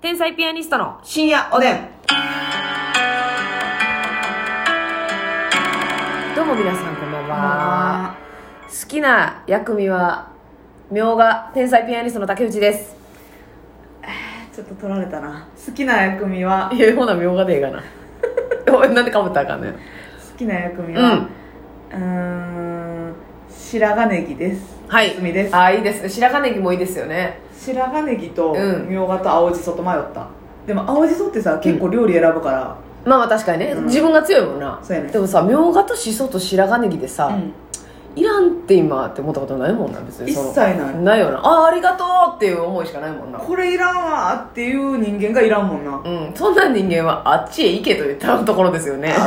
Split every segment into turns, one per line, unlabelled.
天才ピアニストの
深夜おでん。
どうも皆さんこんばんは好きな薬味はみょうが天才ピアニストの竹内です
ちょっと取られたな。好きな薬味は、
いやほなみょうがでええがな おいなんでかぶったらあかんねん
好きな薬味
う
は
ん、
うーん、白髪ネギです。
はい
すみです
あいいですね白髪ネギもいいですよね
白髪ネギと
うん
みょうがと青じそと迷った。でも青じそってさ、結構料理選ぶから、
まあまあ確かにね、
うん
自分が強いもんな
そうやね
でもさみょうがとしそと白髪ネギでさ、
うん
いらんって今って思ったことないもんな別に
一
その
切ない。
ないよなああありがとうっていう思いしかないもんな
これいらんわーっていう人間がいらんもんな。
うんそんな人間はあっちへ行けと言ったところですよね
あ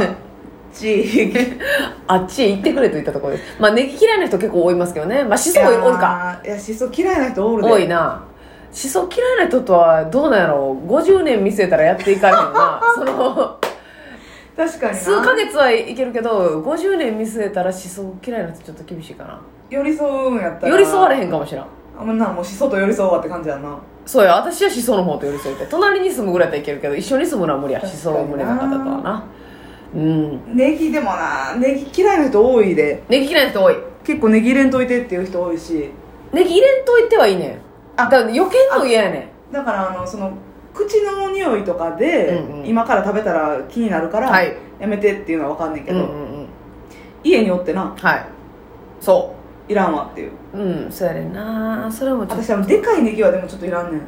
ちー。
あっちへ行ってくれと言ったところですまあネギ嫌いな人結構多いますけどねまあしそも多いか
いやー。いや、しそ嫌いな人おるで。
多いなしそ嫌いな人とはどうなんやろう50年見据えたらやっていかれへん なその
確かにな。
数ヶ月はいけるけど50年見据えたらしそ嫌いな人ちょっと厳しいかな
寄り添うんやったら。
寄り添われ
ん。
へんかもしらん
あんまな、もうしそと寄り添うわって感じやな。
そうや私はしその方と寄り添いたい隣に住むぐらいだったらいけるけど一緒に住むのは無理やしそ胸の方とはなうん
ネギでもなネギ嫌いな人多いで
ネギ嫌いな人多い
結構ネギ入れんといてっていう人多いし
ネギ入れんといてはいいねん
あ
だから余計の嫌やね
だからあのその口の匂いとかで、
うんうん
今から食べたら気になるから、
はい
やめてっていうのは分かんねん
ん
け
うん
ど、
うんうん
家におってな
はいそ
いらんわっていう
ううんそうやねんなそれもちょっと
私あのでかいネギはでもちょっといらんねん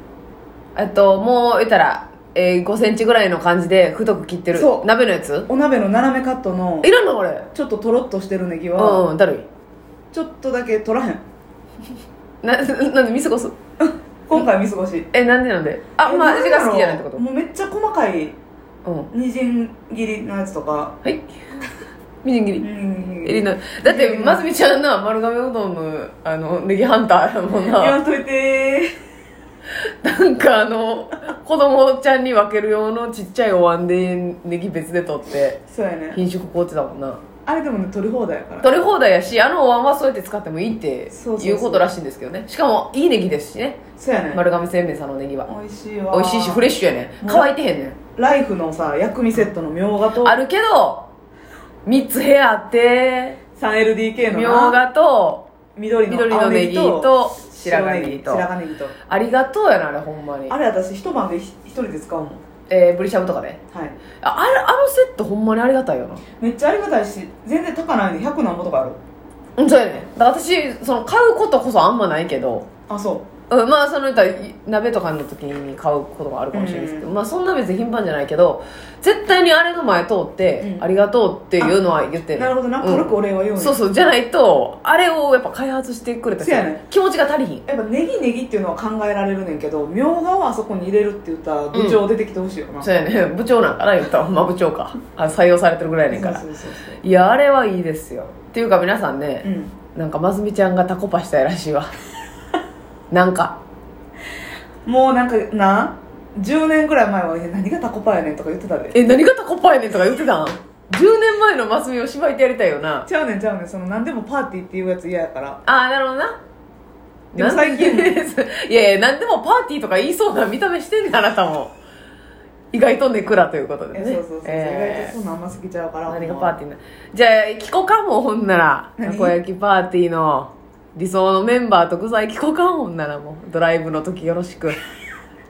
えっともう言ったら、えー、5センチぐらいの感じで太く切ってる
そう
鍋のやつ
お鍋の斜めカットの
いらんのこれ
ちょっととろっとしてるネギは、
うんだる
ちょっとだけ取らへん
いな なんで見過ごす
今回見過ごし
えなんでなんであまあ
え
味が好きじゃないってこと
もうめっちゃ細かい
うん
みじん切りのやつとか
はいみじん切り
うん
えりなだってまずみちゃんな丸亀うどんのあのネギハンターやもん
言わ
なん
といてー
なんかあの子供ちゃんに分ける用のちっちゃいお椀でネギ別で取って
そうやね
品種凍ってたもんな
あれでもね取り放題やから
取り放題やしあのお椀はそうやって使ってもいいって
そうそうそう
いうことらしいんですけどねしかもいいネギですしね
そうやね
丸亀製麺さんのネギは
美味しいわ
美味しいしフレッシュやね
もう
乾いてへんねん
ライフのさ薬味セットのみょうがと
あるけど3つ部屋あって
3LDK の
みょうがと
緑の
緑の
青ネ
ネギ
ギと
と白髪ネギと
白髪ネギと
ありがとうやなあれほんまに
あれ私一晩でひ一人で使うもん
えー、ブリシャムとかね
はい
ああれあのセットほんまにありがたいよな
めっちゃありがたいし全然高ないのに100何ぼとかある
うんそうやねだから私その買うことこそあんまないけど
あそ
うん、まあその言ったらい鍋とかの時に買うこともあるかもしれないですけど、
う
まあそんな別に頻繁じゃないけど絶対にあれの前通って、
うん
ありがとうっていうのは言って
うなるほどな
うん
軽くお礼は言うんや
そうそうじゃないとあれをやっぱ開発してくれた人
せやね
気持ちが足りひん
やっぱネギネギっていうのは考えられるねんけどみょうがをあそこに入れるって言ったら部長出てきてほしいよな、
そうやね 部長なんかな言ったらまあ部長かあ採用されてるぐらいやねんから
そうそうそうそう
いやあれはいいですよっていうか皆さんね、
うん
なんかますみちゃんがタコパしたいらしい わなんか
もうなんかな10年ぐらい前は「え何がタコパやねん」とか言ってたで
え何がタコパやねんとか言ってたん10年前のますみを芝居てやりたいよな
ちゃうねんちゃうねんその何でもパーティーっていうやつ嫌やから
ああなるほどな
でも最近
近 いやいや何でもパーティーとか言いそうな見た目してんねあなたも意外とネクラということで
え
ね
そうそうそう、
えー
意外とそんなんあんま好きちゃうから
何がパーティーなじゃあ聞こうかもうほんなら
何
たこ焼きパーティーの理想のメンバーと具材聞こうかほんならもうドライブの時よろし く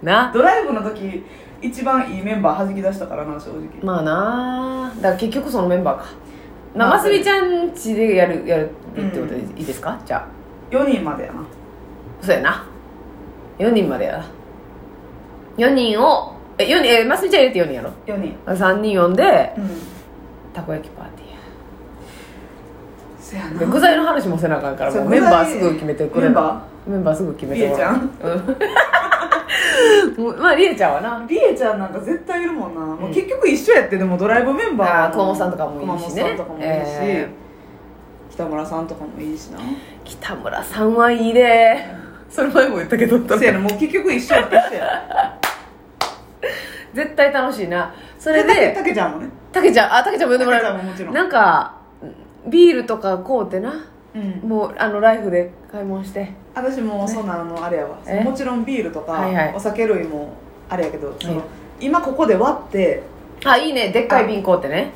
な
ドライブの時一番いいメンバー弾き出したからな正直
まあなあだから結局そのメンバーかな
まあ
ますみちゃんちでやるやるってことで
う
いいですか、じゃあ
4人までやな
そうやな4人までやな4人をえ4人えますみちゃん入れて4人やろ
4人
3人呼んで
うん
たこ焼きパーティーや
せや
で
な
具材の話もせなあかんから
そう
もうメンバーす
具材
ぐ決めてくれ
メン
な
バ
メンバーすぐ決め
ー
て
りえ
も
ちゃ
ら
ん
うもうまありえちゃんはな
りえちゃんなんか絶対いるもんな、もう結局一緒やってでもドライブメン
あ
バー
ー熊本さんとかもいいしね
熊本さんとかもいいし、
え
北村さんとかもい いしな
北村さんはいいでそれ前も言ったけど
せやなもう結局一緒やって一緒や
絶対楽しいなそ
そ
れで
たけちゃんもね
たけちゃんあたけちゃんも呼んでもらえ
たけちゃんももちろ
る
ん
なんかビールとか買うてな
うん
もうあのライフで買い物して
私もそんなあのあれやわ、
え
もちろんビールとか、
はいはい
お酒類もあれやけどその、
うん
今ここで割って
あいいねでっかい瓶買うってね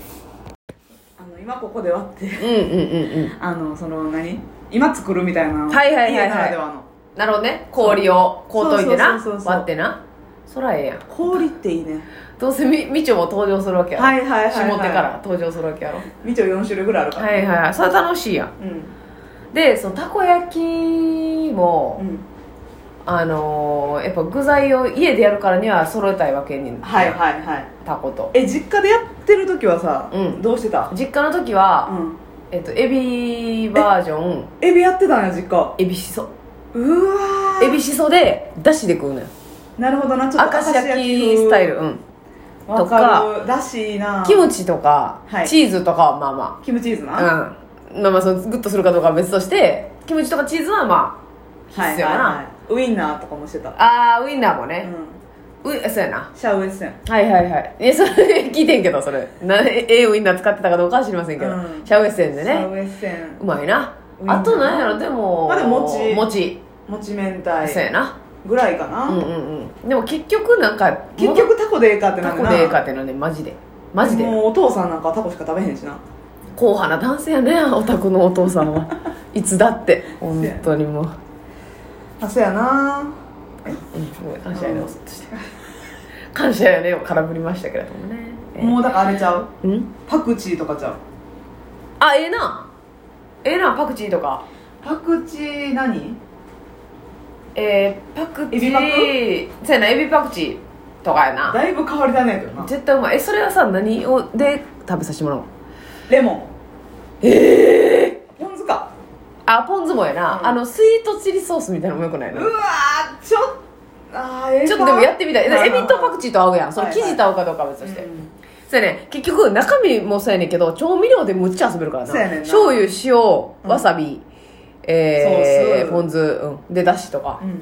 あの今ここで割って
うんうんうんうん
あのその何今作るみたいなの
はいはいはいはい
家ならではの
なるほどね氷をこうといてな
そうそうそうそうそう
割ってなそらええやん
氷っていいね
どうせみみちょも登場するわけやろ、
はいはいはいはい
下手から登場するわけやろ
みちょ4種類ぐらいあるから
はいはいそれ楽しいやん
うん
でそのたこ焼きも、
うん
あのーやっぱ具材を家でやるからには揃えたいわけに
はいはいはい
たこと
え実家でやってる時はさ、
うん
どうしてた
実家の時は、
うん
えっと、エビバージョン
エビやってたんや実家
エビしそう
わー
エビしそでだしで食うのよ
なるほどなちょっと
明石焼きスタイルうん
と
と
か
か
るだしいいな
キムチとか、
はい
チーズとかはまあま
キムチーズな、は
あうんまあまあそのグッとするかどうかは別としてキムチとかチーズはま
い
必要
は
や
い
な
はいウインナーとかもしてた、
ああーウインナーも
う
ね、
ん、
うそうやな
シャウエッセン
はいはいはいえそれ 聞いてんけどそれなえええウインナー使ってたかどうかは知りませんけど、
うん
シャウエッセンで
シャ
ね
ウエッセン
うまいな
ウインナー
あとなんやろでも
まあでも餅
餅
もち
そ
明
うや
太
な、
ぐらいかな、
うんうんうんでも結局なんか
結局タコでええかってな
タ
んか
コ
な
でええかってなんでマジでマジで
もうお父さんなんかタコしか食べへんしな
硬派な男性やねオタクのお父さ んはいつだって本当にもう
あそうやな
うんすごい感謝やねおっとして感謝やねを空振りましたけれどもねえ
もうだからあれちゃう
うん
パクチーとかちゃう
あええなええなパクチーとか
パクチー何
えー、パクチー
エビパ
そうやなエビパクチーとかやな
だいぶ変わりだねけどな
絶対うまいえそれはさ何をで食べさせてもらおうの
レモンええポン酢か
あポン酢もやな、
うん
あのスイートチリソースみたいなのもよくないうの
わーちょっあーええ
ちょっとでもやってみたい
はいはい
エビとパクチーと合うやんその
はいはい
生地と合うかどうかは別と
そ
し、
してて
そうやね結局中身もそうやねんけど調味料でむっちゃ遊べるからな
そうやねんな
醤油塩わさび、え
ソー
ー、
ス
ポン酢、うん、でだしとか、
うん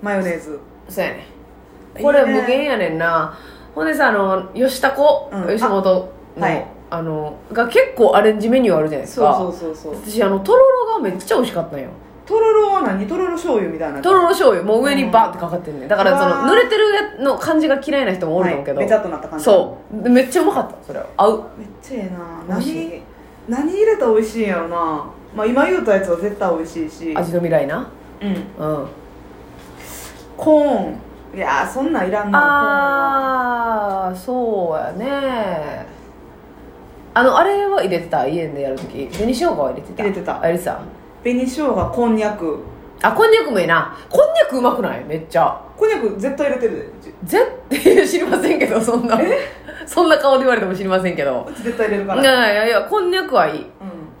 マヨネーズ
そうやねんこれ
いいね
無限やねんなほんでさあの吉田子、
うん
吉本のあ,、
あはい
のが結構アレンジメニューあるじゃないですか
そうそうそうそう
私あのとろろがめっちゃ美味しかったんよ
とろろは何とろろ醤油みたいな
とろろ醤油もう上にバーってかかってんねんだからそ
わ
の濡
ー
れてるやの感じが嫌いな人もおると思うけど、
はいべちゃっとなった感じ
そうでめっちゃうまかったそれは合う
めっちゃええな
美味しい
何何入れたら美味しいんやろなまあ今言うたやつは絶対美味しいし
味の未来な
うん
うん
コーンいやーそんなんいらんな
ああそうやねあのあれは入れてた家でやるとき紅しょうがは入れてた
入れてた
あ入れてた
コーンは紅生姜こんにゃく
あこんにゃくもいいなこんにゃくうまくないめっちゃ
こんにゃく絶対入れてるでうち
ぜって 知りませんけどそんなそんな顔で言われても知りませんけど
うち絶対入れるか
い
ら
やいやいやこんにゃくはいい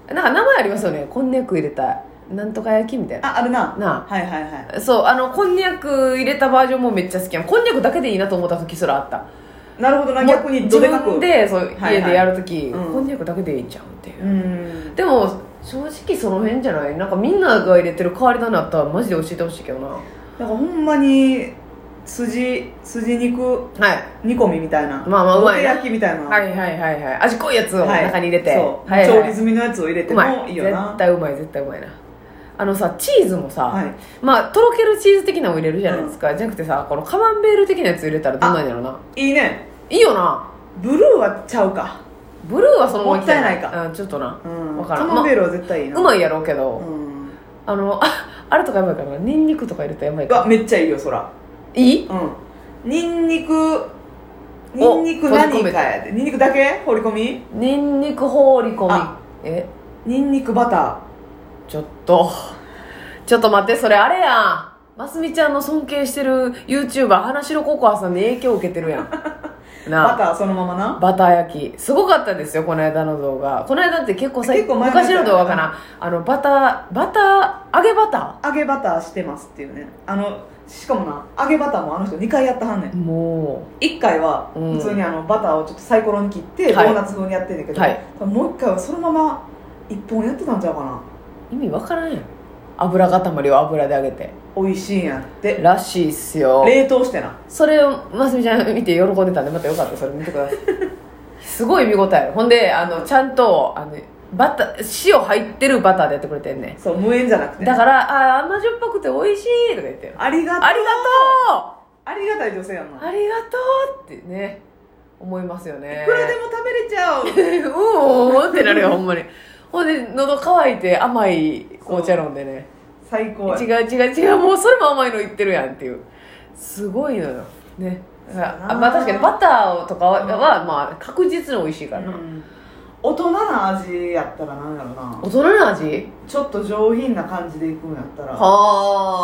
うん
なんか名前ありますよねこんにゃく入れたいなんとか焼きみたいな
ああるな
な
はいはいはい
そうあのこんにゃく入れたバージョンもめっちゃ好きやんこんにゃくだけでいいなと思った時すらあった
なるほどな
もう
逆にどでか
自
く
分でそう
はい
家でやるとき、
うん
こんにゃくだけでいいんちゃうっていう、
うん
でも正直その辺じゃないなんかみんなが入れてる代わりだなったらマジで教えてほしいけどなは
だからほんまに筋筋肉
い
煮込みみたいな
まあまあうまいな
どて焼きみたいな
はいはいはいはい味濃いやつを
はい
中に入れて、
そう、
はいはい
調理済みのやつを入れて
う
も
まい
いいよな
絶対うまい絶対うまいなあのさチーズもさ、
はい
まあとろけるチーズ的なのを入れるじゃないですか、じゃなくてさこのカマンベール的なやつ入れたらどんなんやろない
いね
いいよな
ブルーはちゃうか
ブルーはそのままき
もったいないか
うん、ちょっとな、
うん
わからん
カマンベールは絶対いいな
うまいやろうけど、
うん
あのああれとかやばいからなニンニクとか入れたらやばいう
わ
か
めっちゃいいよそら
いい
うんニンニクニンニク
閉じ込
何
め
か
て
やでニンニクだけ放り込み
ニンニク放り込み
あ
え
ニンニクバタ
ちょっとちょっと待ってそれあれやんますみちゃんの尊敬してる YouTuber 花城ココアさんに影響を受けてるや ん
ー
な
バ
あ
ターそのままな
バター焼きすごかったですよこの間の動画この間って結構さ
結構前のやつ
昔の動画かなあのバターバター揚げバタ
揚げバターしてますっていうねあのしかもな揚げバターもあの人2回やったはんねん
ーも
1回は
うん
普通にあのバターをちょっとサイコロに切ってド
はい
ーナツ風にやってんだけど、
はい
もう1回はそのまま1本やってたんちゃうかな
う意味わからんやん油塊を油で揚げて
美味しいんやって
らしいっすよ
冷凍してな
それをますみちゃん見て喜んでたんでまたよかったらそれ見てくださいすごい見応えあるほんであのちゃんとあのバター塩入ってるバターでやってくれてんね
そう無塩じゃなくて
だから「あー甘じょっぱくて美味しい」とか言って
ありがとう
ありがとう
ありがたい女性やんな
ありがとうってね思いますよね
いくらでも食べれちゃう
うおーってなるよほんまにほんで喉乾いて甘い紅茶飲んでね
最高
違
や
う違う違うもうそれも甘いの言ってるやんっていうすごいのよねだからあまあ確かにバターとかは、
うん
まあ確実に美味しいから
う
な、
ん大人な味やったらなんやろな
大人の味
ちょっと上品な感じでいくんやったら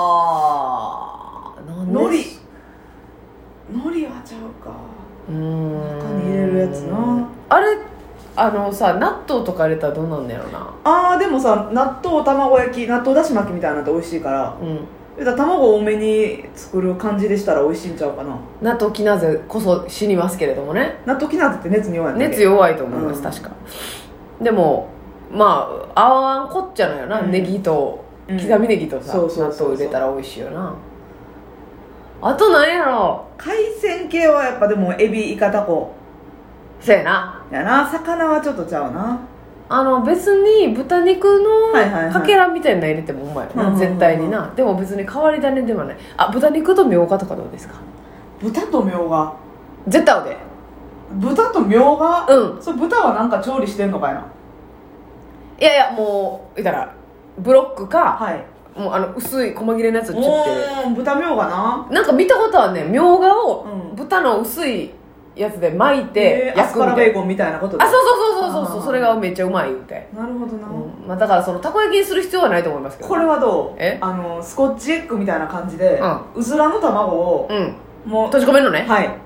はあなんで
海苔海苔はちゃうか
うーん
中に入れるやつな
あれあのさ納豆とか入れたらどうなんだろうな
あーでもさ納豆卵焼き納豆だし巻きみたいなのって美味しいから
うん
言うたら卵多めに作る感じでしたら美味しいんちゃうかな
納豆キナーゼこそ死にますけれどもね
納豆きな粉って熱に弱いんだっけ
熱弱いと思います、
うん
確かでもまあ合わんこっちゃのよな、
うん
ネギと
うん
刻みネギとさ、
そうそうそ
納
うそう
豆入れたら美味しいよなあとなんやろ
海鮮系はやっぱでもエビイカタコ
せやな
やな魚はちょっとちゃうな
あの別に豚肉
はいはい
の
はい
かけらみたいなの入れてもうまいよな、
うんうんうん
絶対にな、でも別に変わり種ではないあ豚肉とみょうがとかどうですか
豚とみょうが
絶対合うで
豚とみょうが
うん
そう豚はなんか調理してんのかいない
やいやもう言ったらブロックか、
はい
もうあの薄い細切れのやつを切って
おー豚みょうがな
なんか見たことはねみょうがを
うん
豚の薄いやつで巻いて
えーア
焼
ス
くみ
パラ
たい
ベー
な
コンみたいなことで
あそうそうそうそうそう
あ
そ
ー
うそれがめっちゃうまいみたい、
なるほどな、
うんまあ、だからそのたこ焼きにする必要はないと思いますけど
これはどう
え
あのスコッチエッグみたいな感じで、
う
うずらの卵を、
うん
もう
閉じ込めるのね、
はい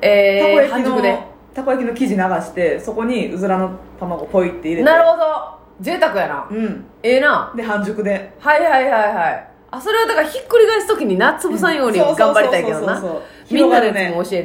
えー、半
たこ焼き
熟
の
で
たこ焼きの生地流してそこにうずらの卵ポイって入れて
なるほど贅沢やな
ほどうん
ええな
で半熟で
はいはいはいはいあそれはだからひっくり返す時にな潰さんように
そうそうそうそ
頑
う
張りたいけどな
そうそうそう
みんなの
広がる
やつ
ね
も教え